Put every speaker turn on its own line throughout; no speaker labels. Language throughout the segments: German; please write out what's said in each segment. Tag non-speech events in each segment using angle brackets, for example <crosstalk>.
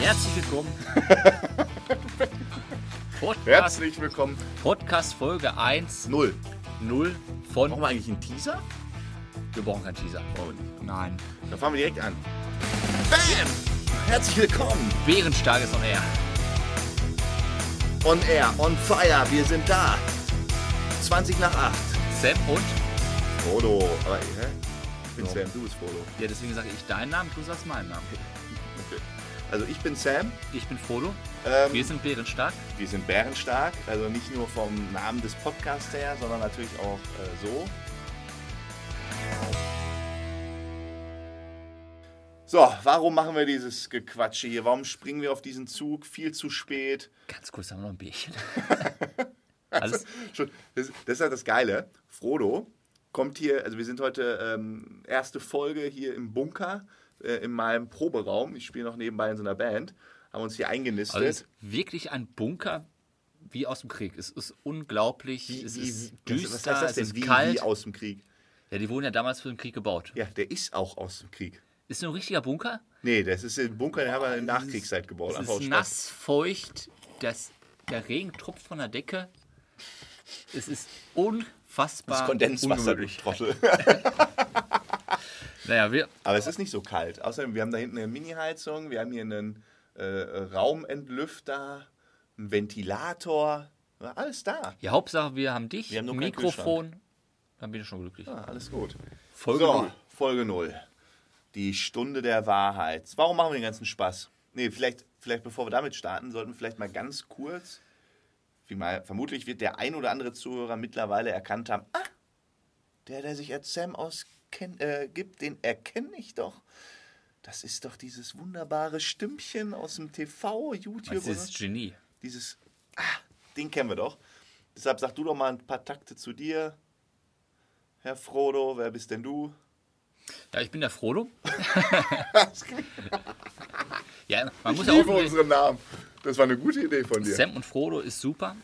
Herzlich
<laughs>
willkommen. Podcast,
Herzlich willkommen.
Podcast Folge 1
Null.
0 von.
Brauchen wir eigentlich einen Teaser?
Wir brauchen keinen Teaser.
Brauchen wir nicht.
Nein.
Dann fangen wir direkt an. Bam! Herzlich willkommen.
Bärenstark ist on air.
On air, on fire, wir sind da. 20 nach 8.
Sam und.
Frodo. Aber, hä? Ich bin
So.
Sam, du bist Frodo.
Ja, deswegen sage ich deinen Namen, du sagst meinen Namen.
Okay. Also ich bin Sam.
Ich bin Frodo.
Ähm,
Wir sind Bärenstark.
wir sind bärenstark. Also nicht nur vom Namen des Podcasts her, sondern natürlich auch äh, so. So, warum machen wir dieses Gequatsche hier? Warum springen wir auf diesen Zug viel zu spät?
Ganz kurz haben wir noch ein Bierchen. <laughs> Alles,
Schon, das, das ist halt das Geile. Frodo kommt hier, also wir sind heute ähm, erste Folge hier im Bunker, äh, in meinem Proberaum. Ich spiele noch nebenbei in so einer Band. Haben uns hier eingenistet.
also es ist wirklich ein Bunker wie aus dem Krieg. Es ist unglaublich.
Wie-
es
wie-
ist
was-
düster,
was heißt das denn?
es ist
wie,
kalt.
wie aus dem Krieg?
ja, die wurden ja damals für den Krieg gebaut.
Ja, der ist auch aus dem Krieg.
Ist nur ein richtiger Bunker?
Nee, das ist ein Bunker, den haben wir in der Nachkriegszeit gebaut.
Es
Einfach
ist
aus Spaß.
nass, feucht, das, der Regen tropft von der Decke. Es ist unfassbar.
Das ist Kondenswasser, du
ungemütlich.
Trottel. <laughs>
Naja, wir,
Aber es ist nicht so kalt. Außerdem, wir haben da hinten eine Mini-Heizung, wir haben hier einen äh, Raumentlüfter, einen Ventilator, Ja, alles da.
ja, Hauptsache, wir haben dich,
Wir haben nur keinen
Mikrofon. Dann bin ich schon glücklich.
Ja, alles gut.
Folge
so,
null.
Folge 0. Die Stunde der Wahrheit. Warum machen wir den ganzen Spaß? Nee, vielleicht, vielleicht bevor wir damit starten, sollten wir vielleicht mal ganz kurz, wie mal, vermutlich wird der ein oder andere Zuhörer mittlerweile erkannt haben, ah, der, der sich als Sam auskennt, äh, gibt, den erkenne ich doch. Das ist doch dieses wunderbare Stimmchen aus dem TV, YouTube.
Das
oder?
ist Genie.
dieses, ah, den kennen wir doch. Deshalb sag du doch mal ein paar Takte zu dir. Herr Frodo, wer bist denn du?
Ja, ich bin der Frodo. ja, man muss ja offen
Namen. Das war eine gute Idee von
Sam und Frodo ist super.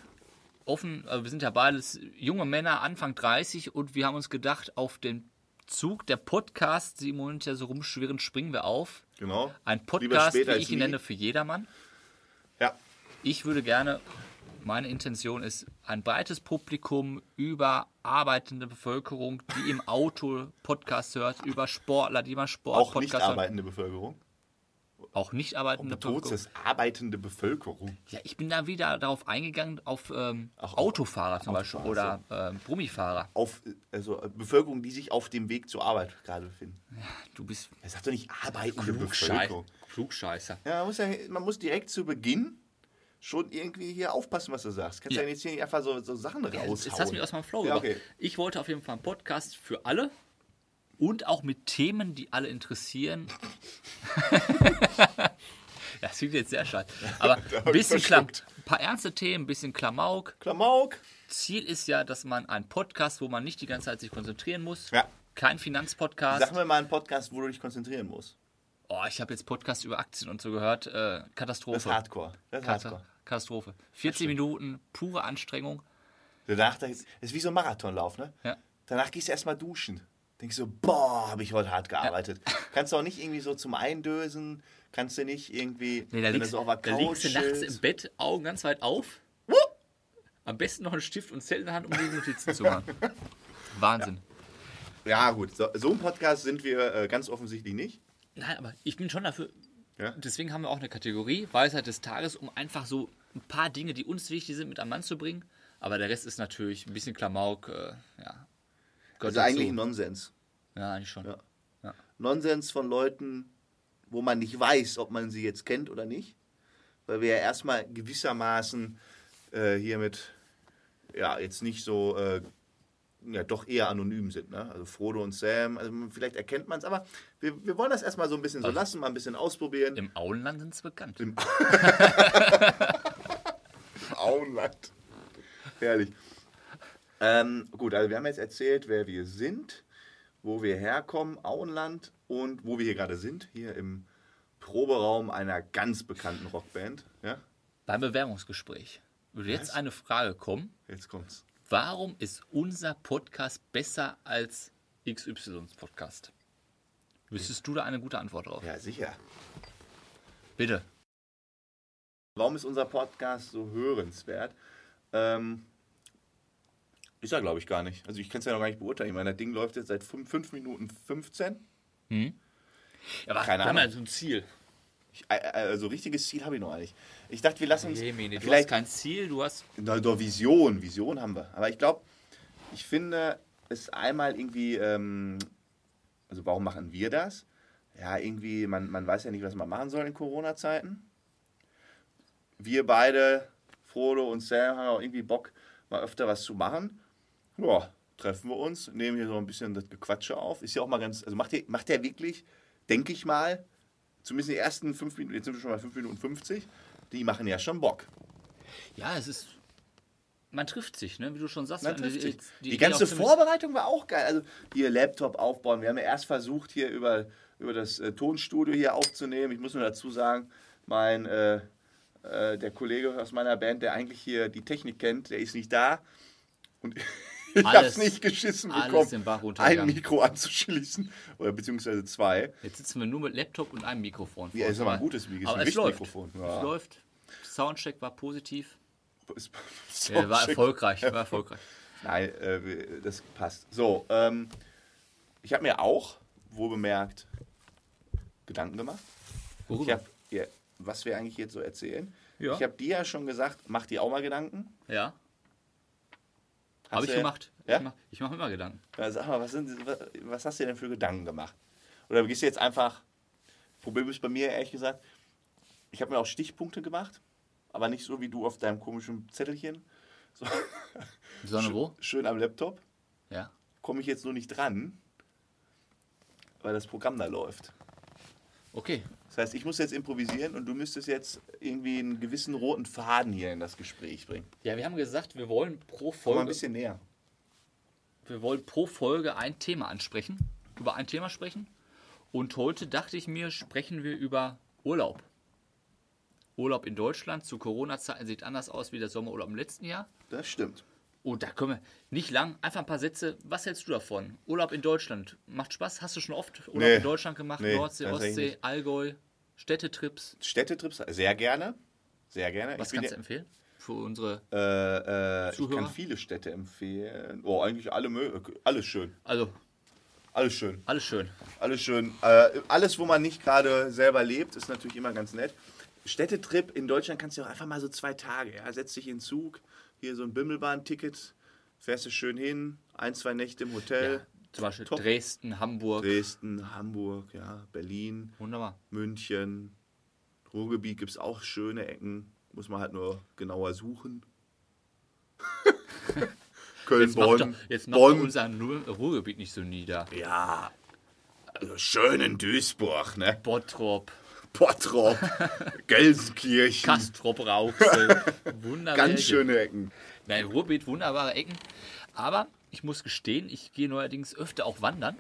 Offen, also wir sind ja beides junge Männer, Anfang 30 und wir haben uns gedacht, auf den Zug der Podcasts, die im Moment ja so rumschwirren, springen wir auf.
Genau.
Ein
Lieber
Podcast, wie
später als
ich ihn
nie.
nenne, für jedermann.
Ja,
Ich würde gerne, meine Intention ist, ein breites Publikum über arbeitende Bevölkerung, die im Auto Podcast hört, über Sportler, die mal Sport
auch nicht
Podcast hören,
arbeitende Bevölkerung.
auch nicht arbeitende
Betont
Bevölkerung.
es arbeitende Bevölkerung.
Ja, ich bin da wieder darauf eingegangen, auf ähm,
Auch-
Autofahrer zum Beispiel
Autofahrer, also.
oder ähm, Brummifahrer.
Auf, äh, also äh, Bevölkerung, die sich auf dem Weg zur Arbeit gerade befinden.
Du bist
Er sagt doch nicht arbeitende
Klugschei
Bevölkerung.
Klugscheißer.
Ja, man muss, ja, man muss direkt zu Beginn schon irgendwie hier aufpassen, was du sagst. Kannst ja,
Ja.
jetzt hier nicht einfach so, so Sachen
Ja,
raushauen.
Jetzt jetzt hast du mich aus meinem Flow
ja,
gebracht.
okay.
Ich wollte auf jeden Fall einen Podcast für alle und auch mit Themen, die alle interessieren. <laughs> das klingt jetzt sehr schade.
<laughs>
Aber
hab
ein
ich
bisschen Klam
verschluckt.
ein paar ernste Themen, ein bisschen Klamauk.
Klamauk.
Ziel ist ja, dass man einen Podcast, wo man nicht die ganze Zeit sich konzentrieren muss.
Ja.
Kein Finanzpodcast.
Sag mir mal einen Podcast, wo du dich konzentrieren musst.
Oh, ich habe jetzt Podcasts über Aktien und so gehört. Äh, Katastrophe.
Das ist Hardcore. Das ist
Katastrophe.
Hardcore.
Katastrophe. 14 Minuten pure Anstrengung.
Danach, das ist das ist wie so ein Marathonlauf, ne?
Ja.
Danach gehst du erstmal duschen. Denkst du, boah, habe ich heute hart gearbeitet.
<laughs>
Kannst du auch nicht irgendwie so zum Eindösen, kannst du nicht irgendwie,
Nee, da
wenn du
liegst,
so auf der
da
Couch
liegst du nachts im
chillst.
Bett, Augen ganz weit auf. Am besten noch einen Stift und Zettel in der Hand, um die Notizen zu
<laughs>
machen. Wahnsinn.
Ja, gut, so, so ein Podcast sind wir äh, ganz offensichtlich nicht.
Nein, aber ich bin schon dafür.
Ja?
Deswegen haben wir auch eine Kategorie Weisheit des Tages, um einfach so ein paar Dinge, die uns wichtig sind, mit am Mann zu bringen. Aber der Rest ist natürlich ein bisschen Klamauk. Äh, ja. Gehört
Also eigentlich
dazu.
Nonsens.
Ja, eigentlich schon.
Ja. Nonsens von Leuten, wo man nicht weiß, ob man sie jetzt kennt oder nicht. Weil wir ja erstmal gewissermaßen äh, hiermit ja jetzt nicht so äh, ja doch eher anonym sind. Ne? Also Frodo und Sam, also vielleicht erkennt man es, aber wir, wir wollen das erstmal so ein bisschen so lassen, mal ein bisschen ausprobieren.
Im Auenland sind es bekannt.
Auenland. Herrlich. Ähm, gut, also wir haben jetzt erzählt, wer wir sind, wo wir herkommen, Auenland und wo wir hier gerade sind, hier im Proberaum einer ganz bekannten Rockband. Ja,
Beim Bewerbungsgespräch würde jetzt eine Frage kommen.
jetzt kommt's.
Warum ist unser Podcast besser als XYs Podcast? Wüsstest du da eine gute Antwort drauf?
Ja, sicher.
Bitte.
Warum ist unser Podcast so hörenswert? Ähm, ist er, glaube ich, gar nicht. Also ich kann es ja noch gar nicht beurteilen. Ich meine, das Ding läuft jetzt seit 5, Minuten 15.
Hm? Ja, aber
Keine
wir haben ja
Ahnung.
so ein Ziel.
Ich, äh, äh, also richtiges Ziel habe ich noch eigentlich. Ich dachte, wir lassen uns...
Nee, Mene, du hast
vielleicht
kein Ziel, du hast.
Na, doch, Vision, Vision haben wir. Aber ich glaube, ich finde es einmal irgendwie, ähm, also warum machen wir das? Ja, irgendwie, man, man weiß ja nicht, was man machen soll in Corona-Zeiten. Wir beide, Frodo und Sam, haben auch irgendwie Bock, mal öfter was zu machen. Ja, treffen wir uns, nehmen hier so ein bisschen das Gequatsche auf. Ist ja auch mal ganz, also macht der, macht der wirklich, denke ich mal, zumindest die ersten fünf Minuten, jetzt sind wir schon bei fünf Minuten 50, die machen ja schon Bock.
Ja, es ist. Man trifft sich, ne? wie du schon sagst.
Man
Die-
trifft sich.
die-
Die,
die
ganze
auch zumindest-
Vorbereitung war auch geil. Also hier Laptop aufbauen. Wir haben ja erst versucht, hier über, über das äh, Tonstudio hier aufzunehmen. Ich muss nur dazu sagen, mein äh, äh, der Kollege aus meiner Band, der eigentlich hier die Technik kennt, der ist nicht da. Und <laughs> ich habe
Alles-
es nicht geschissen
alles
bekommen,
den Bach
ein
runtergegangen.
Mikro anzuschließen. Oder beziehungsweise zwei. <laughs>
Jetzt sitzen wir nur mit Laptop und einem Mikrofon. vor
Ja, ist
uns.
aber ein gutes Mikro, ist
Aber
ein
es läuft.
Richtmikrofon.
Es
Ja.
läuft. Soundcheck war
<laughs>
positiv.
So
Der war
schick.
erfolgreich. War
<laughs>
erfolgreich.
Nein, äh, wir- das passt. So, ähm, ich habe mir auch, wohl bemerkt, Gedanken gemacht. Ich
Worüber?
hab, ja, was wir eigentlich jetzt so erzählen.
Ja.
Ich habe dir ja schon gesagt, mach dir auch mal Gedanken.
Ja.
Hast
Habe
du
ich
ja-
gemacht.
Ja?
Ich mache ich mach mir immer Gedanken.
Ja, sag mal, was, sind, was hast du dir denn für Gedanken gemacht? Oder gehst du jetzt einfach, Problem ist bei mir ehrlich gesagt, ich habe mir auch Stichpunkte gemacht, aber nicht so wie du auf deinem komischen Zettelchen,
Sonne wo?
schön am Laptop.
Ja.
Komme ich jetzt nur nicht dran, weil das Programm da läuft.
Okay.
Das heißt, ich muss jetzt improvisieren und du müsstest jetzt irgendwie einen gewissen roten Faden hier in das Gespräch bringen.
Ja, wir haben gesagt, wir wollen pro
Komm mal ein
Folge,
bisschen näher.
wir wollen pro Folge ein Thema ansprechen, über ein Thema sprechen. Und heute dachte ich mir, sprechen wir über Urlaub. Urlaub in Deutschland zu Corona-Zeiten sieht anders aus wie der Sommerurlaub im letzten Jahr.
Das stimmt.
Und da können wir nicht lang, einfach ein paar Sätze. Was hältst du davon? Urlaub in Deutschland. Macht Spaß? Hast du schon oft Urlaub
Nee.
in Deutschland gemacht?
Nee,
Nordsee,
tatsächlich
Ostsee,
nicht.
Allgäu, Städtetrips.
Städtetrips sehr gerne. Sehr gerne.
Was
ich bin
kannst du empfehlen? Für unsere.
ja, äh, äh, ich
Zuhörer?
kann viele Städte empfehlen. Oh, eigentlich alle möglich. Alles schön.
Also,
Alles schön.
alles schön.
Alles schön. Äh, alles, wo man nicht gerade selber lebt, ist natürlich immer ganz nett. Städtetrip in Deutschland kannst du auch einfach mal so zwei Tage. Ja? Setz dich in den Zug, hier so ein Bimmelbahn-Ticket, fährst du schön hin, ein, zwei Nächte im Hotel.
Ja, zum Beispiel
top.
Dresden, Hamburg.
Dresden, Hamburg, ja, Berlin,
Wunderbar.
München, Ruhrgebiet gibt es auch schöne Ecken. Muss man halt nur genauer
<laughs>
suchen. Köln,
Jetzt macht,
Bonn.
doch, jetzt macht doch
Bonn.
unser Ru- Ruhrgebiet nicht so nieder.
ja. Also schönen Duisburg, ne?
Bottrop, <laughs>
Bottrop, Gelsenkirchen.
Kastrop,
<laughs>
Rauxel. Wunderbar.
ganz schöne Ecken.
Nein, Ruhrgebiet, wunderbare Ecken. Aber ich muss gestehen, ich gehe neuerdings öfter auch wandern.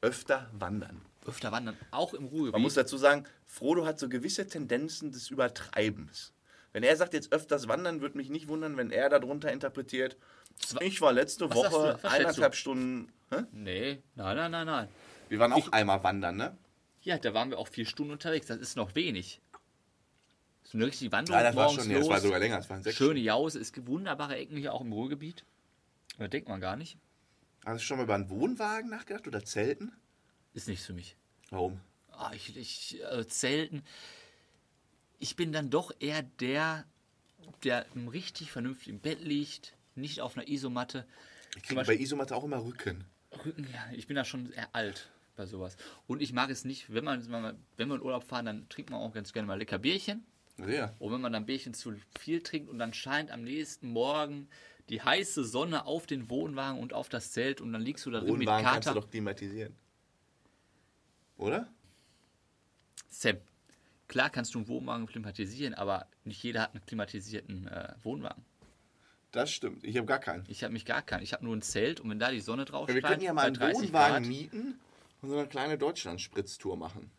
Öfter wandern.
Öfter wandern, auch im Ruhrgebiet.
Man muss dazu sagen, Frodo hat so gewisse Tendenzen des Übertreibens. Wenn er sagt, jetzt öfters wandern, würde mich nicht wundern, wenn er darunter interpretiert, ich war letzte
sagst du?
Woche
Was schätzt
eineinhalb Stunden. Hä?
Nee, nein, nein, nein, nein.
Wir waren auch einmal wandern, ne?
Ja, da waren wir auch vier Stunden unterwegs. Das ist noch wenig. So eine richtige Wanderung
Nein, das war
morgens
schon, nee,
los.
das war sogar länger, das waren sechs
Schöne Jause. Es gibt wunderbare Ecken hier auch im Ruhrgebiet. Da denkt man gar nicht.
Stunden. Hast du schon mal über einen Wohnwagen nachgedacht oder Zelten?
Ist nichts für mich.
Warum?
Ah, ich, ich äh, Zelten. Ich bin dann doch eher der, der im richtig vernünftigen Bett liegt, nicht auf einer Isomatte.
Ich kriege bei Isomatte auch immer Rücken.
Rücken, ja, ich bin da schon eher alt bei sowas. Und ich mag es nicht, wenn man, wenn man- wenn wir in Urlaub fahren, dann trinkt man auch ganz gerne mal lecker Bierchen.
Ja.
Und wenn man dann ein Bierchen zu viel trinkt und dann scheint am nächsten Morgen die heiße Sonne auf den Wohnwagen und auf das Zelt und dann liegst du da drin mit
Wohnwagen kannst du
Kater.
doch klimatisieren. Oder?
Sam, klar kannst du einen Wohnwagen klimatisieren, aber nicht jeder hat einen klimatisierten äh, Wohnwagen.
Das stimmt. Ich habe gar keinen.
Ich habe mich gar keinen. Ich habe nur ein Zelt und wenn da die Sonne drauf
Ja, wir
scheint,
könnten ja mal
bei
einen
30
Wohnwagen
Grad.
mieten und so eine kleine Deutschland-Spritztour machen.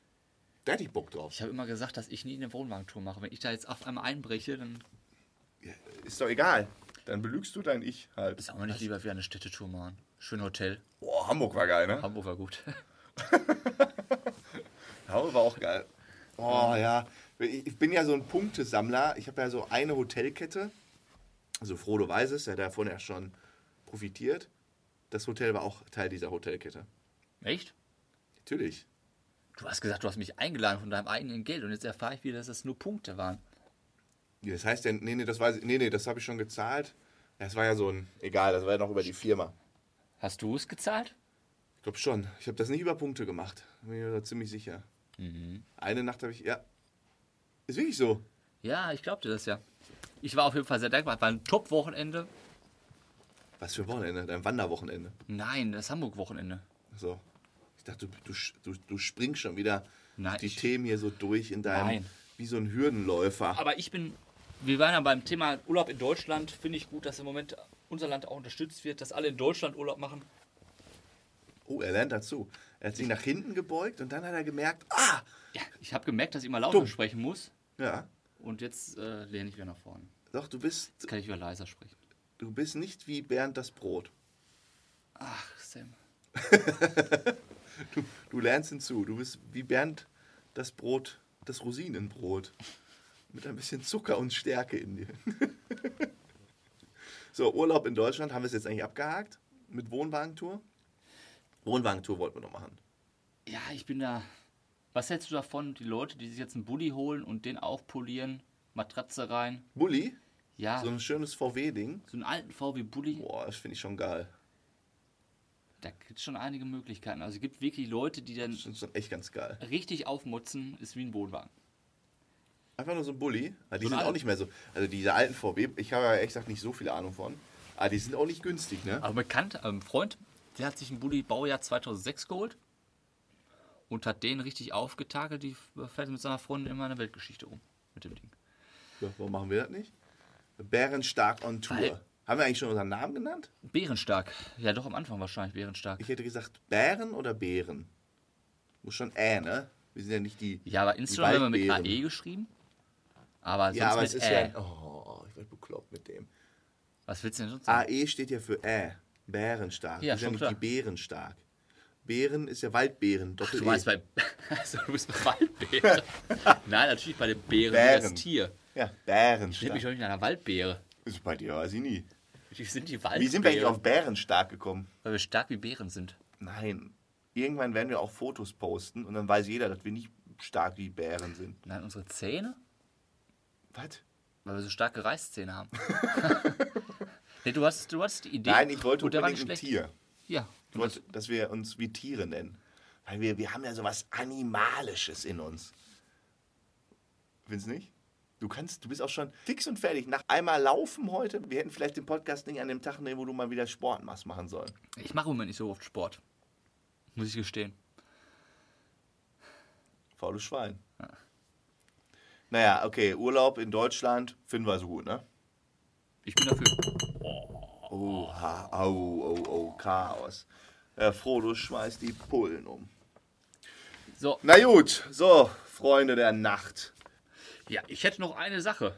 Da hätte ich Bock drauf.
Ich habe immer gesagt, dass ich nie eine Wohnwagentour mache. Wenn ich da jetzt auf einmal einbreche, dann
Ist doch egal. Dann belügst du dein Ich halt.
ist auch nicht lieber wieder eine Städtetour machen. Schön Hotel.
Boah, Hamburg war geil, ne?
Hamburg war gut.
Hamburg war auch geil. Oh ja, Ich bin ja so ein Punktesammler. Ich habe ja so eine Hotelkette. Also Frodo weiß es, der hat davon ja schon profitiert. Das Hotel war auch Teil dieser Hotelkette.
<laughs> Echt?
Natürlich.
Du hast gesagt, du hast mich eingeladen von deinem eigenen Geld und jetzt erfahre ich wieder, dass das nur Punkte waren.
Nee, Das heißt ja, nee, nee, das weiß ich, nee, nee, das habe ich schon gezahlt. Das war ja so ein, egal, das war ja noch über die Firma.
Hast du es gezahlt?
Ich glaube schon. Ich habe das nicht über Punkte gemacht. Bin mir da ziemlich sicher. Eine Nacht habe ich, ja. Ist wirklich so.
Ja, ich glaubte das ja. Ich war auf jeden Fall sehr dankbar. Es war ein Top-Wochenende.
Was für ein Wochenende? Dein Wanderwochenende.
Nein, das Hamburg-Wochenende.
So. Ich dachte, du, du, sch- du, du springst schon wieder
Nein,
die
ich-
Themen hier so durch in deinem,
Nein.
wie so ein Hürdenläufer.
Aber ich bin, wir waren ja beim Thema Urlaub in Deutschland. Finde ich gut, dass im Moment unser Land auch unterstützt wird, dass alle in Deutschland Urlaub machen.
Oh, er lernt dazu. Er hat sich nach hinten gebeugt und dann hat er gemerkt, ah!
Ja, ich habe gemerkt, dass ich immer lauter
Dumm.
sprechen muss.
Ja,
Und jetzt äh, lehne ich wieder nach vorne.
doch, du bist,
Jetzt kann ich wieder leiser sprechen.
du bist nicht wie Bernd das Brot.
Ach, Sam.
Du, du lernst hinzu. Du bist wie Bernd das Brot, das Rosinenbrot. Mit ein bisschen Zucker und Stärke in dir. <laughs> so, Urlaub in Deutschland haben wir es jetzt eigentlich abgehakt. Mit Wohnwagentour. Wohnwagentour wollten wir noch machen.
Ja, ich bin da. Was hältst du davon, die Leute, die sich jetzt einen Bulli holen und den aufpolieren, Matratze rein?
Bulli,
Ja,
so
so,
ein schönes VW-Ding.
einen alten VW-Bulli,
Boah, das finde ich schon geil.
da gibt es schon einige Möglichkeiten. Also es gibt wirklich Leute, die dann
Das ist schon echt ganz geil.
richtig aufmutzen, ist wie ein Wohnwagen.
Einfach nur so ein Bulli. Aber die
So ein
sind auch
Al-
nicht mehr so. Also diese alten VW, ich habe ja ehrlich gesagt nicht so viel Ahnung von. Aber die sind auch nicht günstig, ne?
Aber bekannt, äh, ein Freund, der hat sich einen Bulli Baujahr 2006 geholt und hat den richtig aufgetakelt. Die fährt mit seiner Freundin immer eine Weltgeschichte rum mit dem Ding.
Ja, warum machen wir das nicht? Bärenstark on Tour.
Weil-
Haben wir eigentlich schon unseren Namen genannt?
Bärenstark. Ja, doch am Anfang wahrscheinlich bärenstark.
Ich hätte gesagt Bären oder Bären. Muss schon äh, ne? Wir sind ja nicht die.
Ja, aber Instagram haben wir mit
Waldbeeren.
AE geschrieben. Aber sonst
ja aber
mit
es ist
Ä.
ja. Oh, ich werde bekloppt mit dem.
Was willst du denn sonst sagen?
AE steht ja für äh. Bärenstark.
Ja,
wir sind
schon
nicht
klar.
die Bärenstark. Bären ist ja Waldbären.
Ach,
Doppel
du
e.
weißt bei. <laughs> Also, du bist bei
<laughs>
Waldbeere. Nein, natürlich bei den Bären,
Bären.
das Tier.
Ja,
Ich nehme
Bärenstark.
mich doch nicht nach einer Waldbeere.
Ist bei dir weiß ich nie.
Wie sind die Waldbeere?
Wie sind wir eigentlich auf Bärenstark gekommen?
Weil wir stark wie Bären sind.
Nein. Irgendwann werden wir auch Fotos posten und dann weiß jeder, dass wir nicht stark wie Bären sind.
Nein, unsere Zähne?
Was?
Weil wir so starke Reißzähne haben. <laughs> nee, du hast, du hast die Idee.
Nein, ich wollte
und der war
unbedingt ein
nicht schlecht.
Tier.
Ja.
Ich wollte, dass wir uns wie Tiere nennen. Weil wir, wir haben ja sowas Animalisches in uns. Findest du nicht? Du kannst, du bist auch schon fix und fertig. Nach einmal laufen heute, wir hätten vielleicht den Podcast nicht an dem Tag nehmen, wo du mal wieder Sport machst, machen sollen.
Ich mache im Moment nicht so oft Sport. Muss ich gestehen.
Faules Schwein. Naja, okay, Urlaub in Deutschland finden wir so gut, ne?
Ich bin dafür.
Oha, au, au, au, Chaos. Herr Frodo schmeißt die Pullen um.
So,
Na gut, so, Freunde der Nacht.
ja, ich hätte noch eine Sache.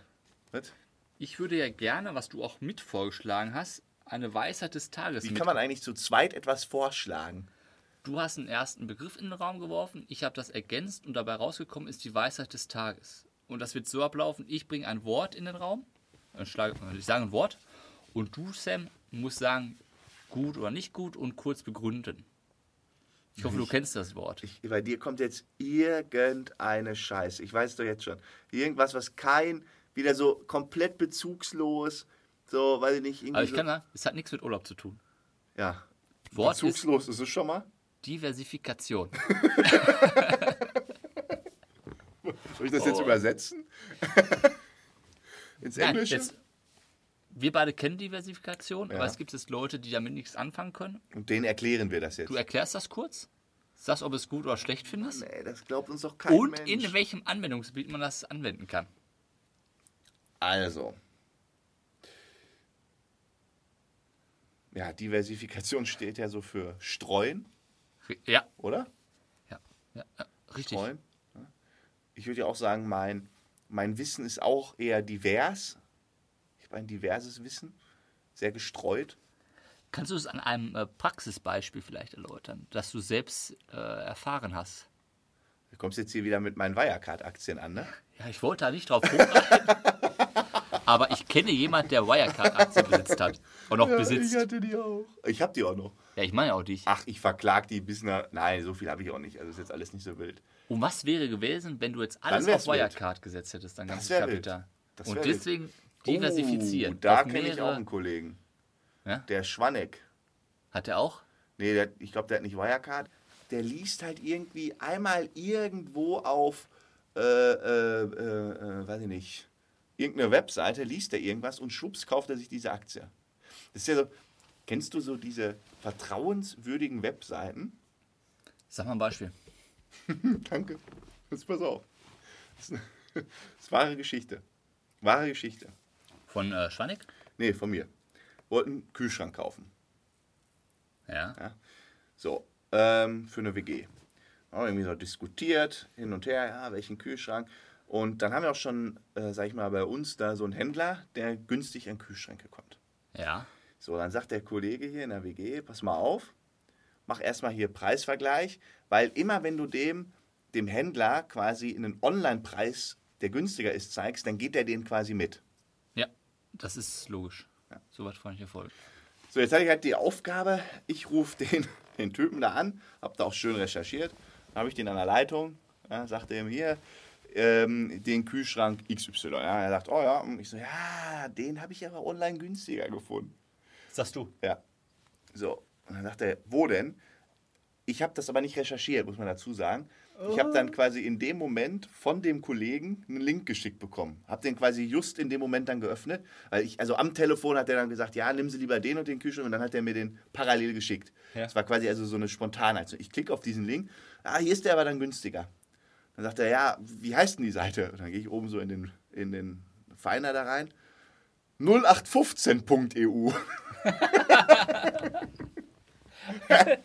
Was?
Ich würde ja gerne, was du auch mit vorgeschlagen hast, eine Weisheit des Tages
Wie
mit.
kann man eigentlich zu zweit etwas vorschlagen?
Du hast einen ersten Begriff in den Raum geworfen, ich habe das ergänzt und dabei rausgekommen ist die Weisheit des Tages. Und das wird so ablaufen, ich bringe ein Wort in den Raum, dann schlage, äh, ich sage ein Wort und du, Sam, musst sagen, gut oder nicht gut und kurz begründen. Ich hoffe, du kennst das Wort.
Ich, bei dir kommt jetzt irgendeine Scheiße. Ich weiß doch jetzt schon. Irgendwas, was kein, wieder so komplett bezugslos, so, weiß ich nicht, irgendwie.
Aber ich
so,
kann sagen, es hat nichts mit Urlaub zu tun.
ja.
Wort ist
Bezugslos ist es schon mal. <laughs>
Diversifikation.
Soll ich das jetzt
Oh. <laughs>
übersetzen? Ins
Nein,
Englische?
jetzt- wir beide kennen Diversifikation,
Ja.
aber es gibt jetzt Leute, die damit nichts anfangen können.
Und denen erklären wir das jetzt.
Du erklärst das kurz, sagst, ob es gut oder schlecht findest.
nee, das glaubt uns doch kein
Und
Mensch.
in welchem Anwendungsgebiet man das anwenden kann.
Also. Ja, Diversifikation steht ja so für streuen,
Ja,
oder?
ja, ja, ja richtig.
Streuen. Ja. ne? Ich würde ja auch sagen, mein, mein Wissen ist auch eher divers. Ich habe ein diverses Wissen, sehr gestreut.
Kannst du es an einem äh, Praxisbeispiel vielleicht erläutern, das du selbst äh, erfahren hast?
Du kommst jetzt hier wieder mit meinen Wirecard-Aktien an, ne?
Ja, ich wollte da nicht drauf rumreiten. <laughs> aber ich kenne jemanden, der Wirecard-Aktien besitzt hat. Und noch besitzt.
hatte die auch. Ich hab die auch noch.
Ja, ich meine ja auch dich.
Ach, ich verklag die bis nach. Nein, so viel habe ich auch nicht. Also ist jetzt alles nicht so wild.
Und Um was wäre gewesen, wenn du jetzt alles
Dann
auf
wär's wild.
Wirecard gesetzt hättest, dein ganzes
wär wild.
Kapital?
Das
Und
wär wild.
deswegen diversifizieren.
Oh, da
Auf
kenne ich
mehrere-
auch einen Kollegen.
Ja?
Der Schwanneck.
Hat er auch?
Nee, der, ich glaube, der hat nicht Wirecard. Der liest halt irgendwie einmal irgendwo auf, äh, äh, äh, äh, weiß ich nicht, irgendeine Webseite, liest er irgendwas und schwupps kauft er sich diese Aktie. Das ist ja so, kennst du so diese vertrauenswürdigen Webseiten?
Sag mal ein Beispiel.
Danke. Jetzt pass auf. Das ist, eine, <laughs> das ist wahre Geschichte. Wahre Geschichte.
Von äh, Schwanneck?
Nee, von mir. Wollten einen Kühlschrank kaufen.
Ja.
So, ähm, für eine WG. Haben wir irgendwie so diskutiert, hin und her, ja, welchen Kühlschrank. Und dann haben wir auch schon, äh, sag ich mal, bei uns da so einen Händler, der günstig an Kühlschränke kommt.
Ja.
So, dann sagt der Kollege hier in der WG, pass mal auf, mach erstmal hier Preisvergleich, weil immer wenn du dem, dem Händler quasi einen Online-Preis, der günstiger ist, zeigst, dann geht der den quasi mit.
Ja. Das ist logisch. Soweit freundlicher Erfolg.
So, jetzt hatte ich halt die Aufgabe, ich rufe den, <laughs> den Typen da an, hab da auch schön recherchiert, dann habe ich den an der Leitung, ja, sagte ihm hier, ähm, den Kühlschrank XY. Ja, er sagt, oh ja, und ich so, ja, den habe ich aber online günstiger gefunden.
Sagst du?
Ja. So, und dann sagt er, wo denn? Ich habe das aber nicht recherchiert, muss man dazu sagen. Ich habe dann quasi in dem Moment von dem Kollegen einen Link geschickt bekommen. Habe den quasi just in dem Moment dann geöffnet. Weil ich, also am Telefon hat er dann gesagt, ja, nimm sie lieber den und den Kühlschrank. Und dann hat er mir den parallel geschickt.
Ja.
Das war quasi also so eine spontane. Also ich klicke auf diesen Link. Ah, hier ist der aber dann günstiger. Dann sagt er, ja, wie heißt denn die Seite? Und dann gehe ich oben so in den, in den Finder da rein. 0815.eu. <laughs>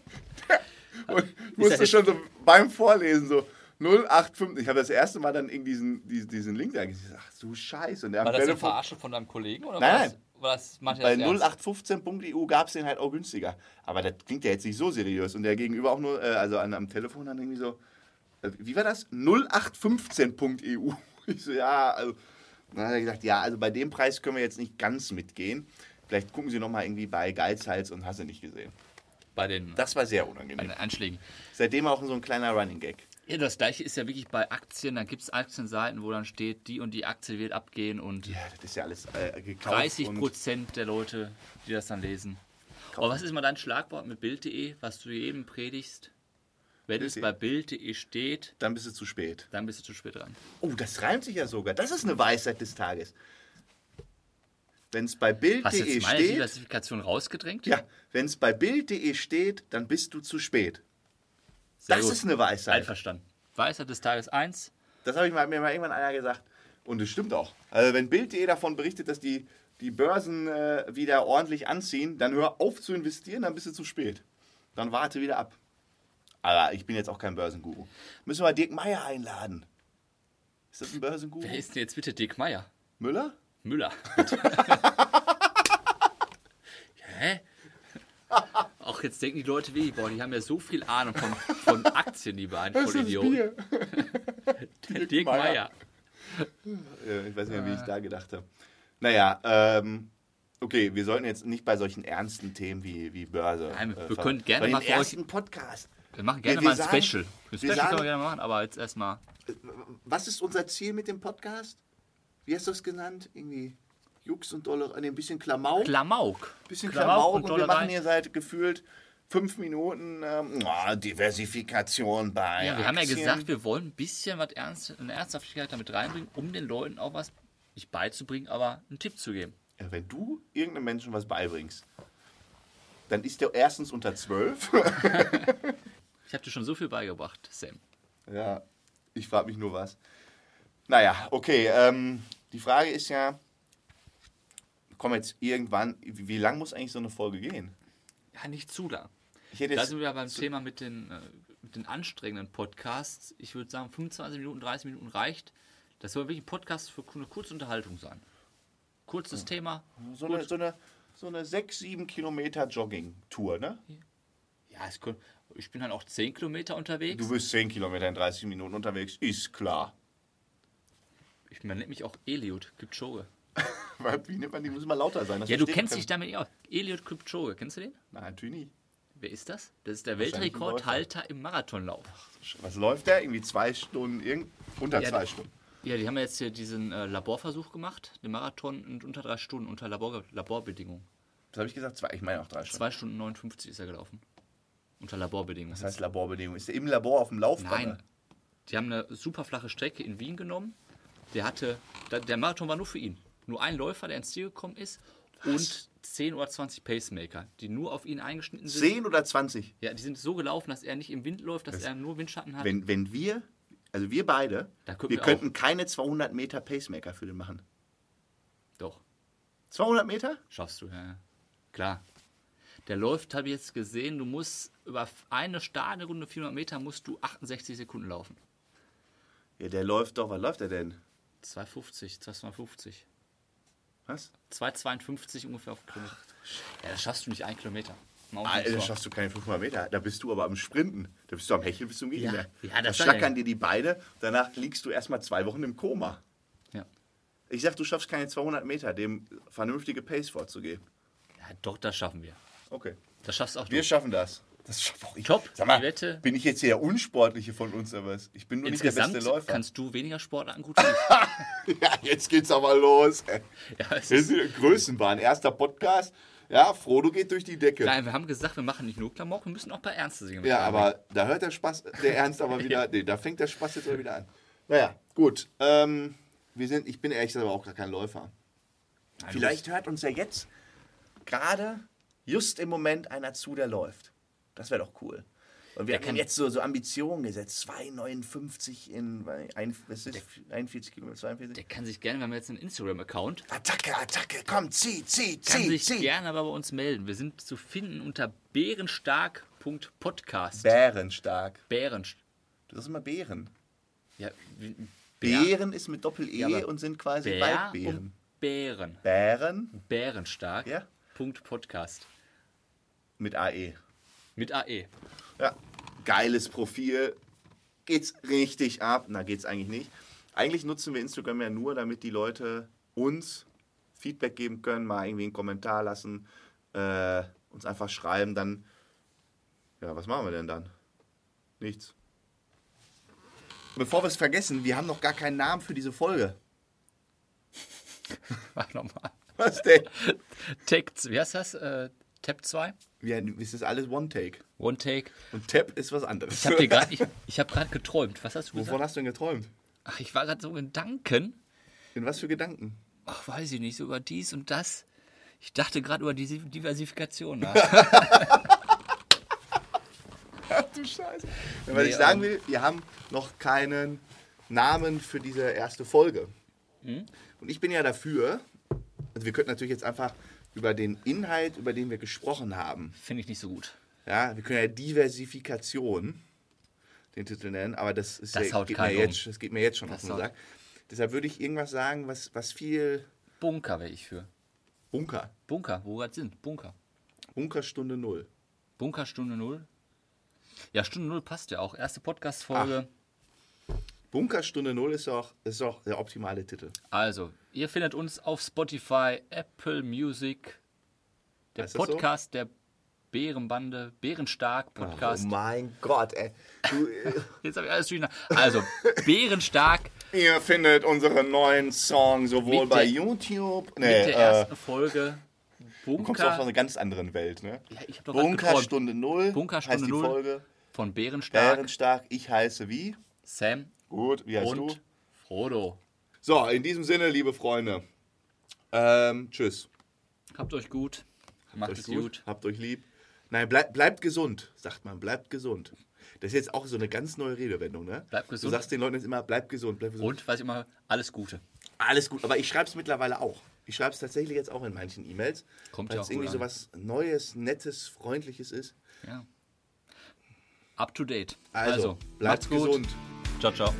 Und ich
Ist
musste
das-
schon so beim Vorlesen so 085. Ich habe das erste Mal dann irgendwie diesen, diesen, diesen Link da gesehen. Ach du Scheiße. Und der
War das eine
Telefon-
Verarsche von deinem Kollegen? Oder
Nein,
war
nein.
Das, war das, meinte er
bei
das ernst?
0815.eu gab es den halt auch günstiger. Aber das klingt ja jetzt nicht so seriös. Und der Gegenüber auch nur, äh, also an, am Telefon dann irgendwie so, äh, wie war das? 0815.eu. E <laughs> Ich so, ja, also. Dann hat er gesagt, ja, also bei dem Preis können wir jetzt nicht ganz mitgehen. Vielleicht gucken Sie nochmal irgendwie bei Geizhals und hast du nicht gesehen.
bei den
Das war sehr unangenehm.
an- Einschlägen.
Seitdem auch so ein kleiner Running Gag.
Ja, das gleiche ist ja wirklich bei Aktien. Da gibt es Aktienseiten, wo dann steht, die und die Aktie wird abgehen und
Ja, das ist ja alles äh, gekauft.
30
und-
Prozent der Leute, die das dann lesen. Aber was ist mal dein Schlagwort mit Bild.de, was du jedem predigst? Wenn es bei
Bild.de.
Bild.de steht,
Dann bist du zu spät.
dann bist du zu spät dran.
Oh, das reimt sich ja sogar. Das ist eine Weisheit des Tages. Wenn es bei Bild.de
Hast du
steht.
jetzt meine Diversifikation rausgedrängt?
Ja, wenn es bei Bild.de steht, dann bist du zu spät.
Sehr
das
gut.
ist eine Weisheit.
Einverstanden. Weisheit des Tages 1.
Das habe ich mal, mir mal irgendwann einer gesagt. Und es stimmt auch. Also wenn Bild.de davon berichtet, dass die, die Börsen äh, wieder ordentlich anziehen, dann hör auf zu investieren, dann bist du zu spät. Dann warte wieder ab. Aber ich bin jetzt auch kein Börsenguru. Müssen wir mal Dirk Meier einladen. Ist das ein Börsenguru?
Wer ist denn jetzt bitte Dick Meier?
Müller? <laughs>
Müller. bitte. Hä? Auch jetzt denken die Leute wie, boah, die haben ja so viel Ahnung von, von Aktien, die beiden Vollidioten. Der Dirk Meier.
Meier. Äh, Ich weiß nicht mehr, wie
Ah.
ich da gedacht habe. Naja, ähm, okay, wir sollten jetzt nicht bei solchen ernsten Themen wie, wie Börse.
Nein, wir
äh, ver-
können gerne
bei
mal
dem
für euch-
ersten Podcast.
Wir machen gerne
Wir- wir
mal ein
sagen-
Special. Ein
wir
Special
sagen-
können wir gerne machen, aber jetzt erstmal.
Was ist unser Ziel mit dem Podcast? Wie hast du das genannt? Irgendwie Jux und Dollar, nee, ein bisschen Klamauk.
Klamauk.
bisschen
Klamauk
Klamauk
und
und, wir
Dollerei.
machen hier seit gefühlt fünf Minuten ähm, oh, Diversifikation bei.
Ja, wir haben ja
Aktien.
gesagt, wir wollen ein bisschen was Ernst, eine Ernsthaftigkeit damit reinbringen, um den Leuten auch was nicht beizubringen, aber einen Tipp zu geben.
Ja, wenn du irgendeinem Menschen was beibringst, dann ist der erstens unter zwölf.
Ich habe dir schon so viel beigebracht, Sam.
Ja, ich frage mich nur was. Naja, okay. Ähm, die Frage ist ja, komm jetzt irgendwann, wie wie lang muss eigentlich so eine Folge gehen?
Ja, nicht zu lang.
Ich hätte
Da
jetzt,
sind wir beim Thema mit den, äh, mit den anstrengenden Podcasts. Ich würde sagen, 25 Minuten, 30 Minuten reicht. Das soll wirklich ein Podcast für eine kurze Unterhaltung sein. Kurzes Thema.
so, eine, so, eine, so eine 6, 7 Kilometer Jogging-Tour, ne?
Ja, es können, ich bin dann auch 10 Kilometer unterwegs.
Du bist 10 Kilometer in 30 Minuten unterwegs, ist klar. <laughs>
ich, man nennt mich auch Eliud Kipchoge.
Weil, Wie nennt man die? Muss immer lauter sein. dass
Ja, du
verstehen
kennst
können.
dich damit eh aus. Eliud Kipchoge, kennst du den?
Nein, natürlich nicht.
Wer ist das? Das ist der
Wahrscheinlich ein
Weltrekordhalter im Marathonlauf.
Was läuft der? Irgendwie zwei Stunden, irgend unter
Ja,
zwei
das-
Stunden.
Ja, die haben ja jetzt hier diesen äh, Laborversuch gemacht, den Marathon in unter drei Stunden, unter Labor Laborbedingungen.
Was habe ich gesagt? Zwei, ich meine auch drei Stunden.
Zwei Stunden 59 ist er gelaufen. Unter Laborbedingungen.
Das heißt Laborbedingungen. Ist der im Labor auf dem Laufband?
Nein. Die haben eine super flache Strecke in Wien genommen. Der hatte, da- der Marathon war nur für ihn. Nur ein Läufer, der ins Ziel gekommen ist und 10 oder 20 Pacemaker, die nur auf ihn eingeschnitten sind.
Zehn oder 20?
Ja, die sind so gelaufen, dass er nicht im Wind läuft, dass er nur Windschatten hat.
Wenn, wenn wir, also wir beide,
Da könnten
wir
wir
könnten keine 200 Meter Pacemaker für den machen.
Doch,
200 Meter?
schaffst du, ja. ja. Klar. Der läuft, habe ich jetzt gesehen, du musst über eine Stadionrunde 400 Meter musst du 68 Sekunden laufen.
Ja, der läuft doch. Was läuft der denn?
250, 250.
Was?
252 ungefähr auf Kilometer. Ja, das schaffst du nicht, einen Kilometer. Mountain
Ah, da
Tour.
schaffst du keine 500 Meter. Da bist du aber am Sprinten. Da bist du am Hecheln bis zum Gehen.
Ja,
mehr.
ja, das
da
sei-
schlackern dir die Beine. Danach liegst du erstmal zwei Wochen im Koma.
Ja.
Ich sag, du schaffst keine 200 Meter, dem vernünftige Pace vorzugeben.
ja, doch, das schaffen wir.
Okay.
Das schaffst auch
Wir
du.
schaffen das. Das schafft auch ich.
Top.
Sag mal,
Die Wette-
bin ich jetzt hier der Unsportliche von uns, aber es- ich bin nur nicht der beste
Insgesamt
Läufer.
kannst du weniger Sportarten gut
<laughs>
wie
Ja, jetzt geht's aber los. ey.
ich. ja, es
Wir
ist,
sind in Größenbahn. Erster Podcast. Ja, Frodo geht durch die Decke.
Nein, wir haben gesagt, wir machen nicht nur Klamauk, wir müssen auch bei ernste Dinge
Ja,
mitmachen.
aber da hört der Spaß, der Ernst aber
<laughs>
wieder, nee, da fängt der Spaß jetzt aber wieder an. Naja, gut. Ähm, wir sind, ich bin ehrlich gesagt aber auch gar kein Läufer.
Nein, du
Vielleicht hört uns ja jetzt gerade just im Moment einer zu, der läuft. Das wäre doch cool. Und wir
Der
haben
kann-
jetzt so, so Ambitionen gesetzt. 2,59 in weil ein, was ist, 41 Kilometer, 42.
Der kann sich gerne, wir haben jetzt einen Instagram-Account,
Attacke, Attacke, komm, zieh, zieh,
kann
zieh,
sich
zieh.
gerne aber bei uns melden. Wir sind zu finden unter bärenstark.podcast.
Bärenstark.
Bären.
Das ist immer Bären.
Ja, wie- Bär,
Bären ist mit Doppel-E
Ja, aber
und sind quasi
Bär
Waldbären.
und Bären.
Bären
Bärenstark.
Ja.
Punkt Podcast.
mit AE.
Mit E. AE.
Ja, geiles Profil. Geht's richtig ab? Na, geht's eigentlich nicht. Eigentlich nutzen wir Instagram ja nur, damit die Leute uns Feedback geben können, mal irgendwie einen Kommentar lassen, äh, uns einfach schreiben, dann. Ja, was machen wir denn dann? Nichts. Bevor wir es vergessen, wir haben noch gar keinen Namen für diese Folge. <laughs>
Mach nochmal.
Was denn?
Tag, wie heißt das? Äh, Tab 2?
Wir, es ist alles One Take.
One Take.
Und Tap ist was anderes.
Ich habe dir gerade ich, ich hab grad geträumt. Was hast du gesagt?
<laughs> Wovon hast du denn geträumt?
Ach, ich war gerade so in Gedanken.
In was für Gedanken?
Ach, weiß ich nicht, so über dies und das. Ich dachte gerade über die Diversifikation
<laughs>
nach.
Ach du Scheiße. Ja, weil
Nee,
ich sagen
ähm,
will, wir haben noch keinen Namen für diese erste Folge.
Hm?
Und ich bin ja dafür, also wir könnten natürlich jetzt einfach über den Inhalt, über den wir gesprochen haben,
Finde ich nicht so gut.
ja, wir können ja Diversifikation den Titel nennen, aber das ist
Das
ja,
haut
geht, mir
keinen um.
jetzt, das geht mir jetzt schon
Das
auf den
haut-
Sack. Deshalb würde ich irgendwas sagen, was, was viel
Bunker wäre ich für.
Bunker,
Bunker, wo wir gerade sind. Bunker.
Bunkerstunde Null.
Bunker Stunde Null. Ja, Stunde Null passt ja auch. Erste Podcast-Folge.
Bunkerstunde Null ist auch, ist auch der optimale Titel.
Also, ihr findet uns auf Spotify, Apple Music, der
Heißt das so?
Podcast der Bärenbande, Bärenstark Podcast.
Oh mein Gott, ey. Du,
Jetzt habe ich alles durcheinander.
<laughs>
Also, Bärenstark
Ihr findet unseren neuen Song sowohl
Mit
bei
der-
YouTube.
mit der
Nee, äh,
ersten Folge.
du kommst auch aus
Bunker,
einer ganz anderen Welt, ne?
Ja, ich hab doch grad
Bunker
geträumt.
Stunde Null
Bunker
heißt
Stunde
die
Null.
Folge.
von Bärenstark,
Bärenstark, ich heiße wie?
Sam
Gut, wie heißt
und
du?
Frodo.
So, in diesem Sinne, liebe Freunde. Ähm, tschüss.
Habt euch gut. Macht
Euch
es gut.
Habt euch lieb. Nein, bleib, bleibt gesund, sagt man. Bleibt gesund. Das ist jetzt auch so eine ganz neue Redewendung, ne?
Bleibt
Du
gesund.
sagst den Leuten jetzt immer, bleibt gesund, bleibt gesund.
Und, weiß ich immer, alles Gute.
Alles gut, aber ich schreibe es mittlerweile auch. Ich schreibe es tatsächlich jetzt auch in manchen E-Mails.
Kommt
weil
ja
es
auch
irgendwie
gut
so
an.
was Neues, Nettes, Freundliches ist.
Ja. Up to date.
Also,
also
bleibt
macht's gut.
gesund.
Ciao, ciao.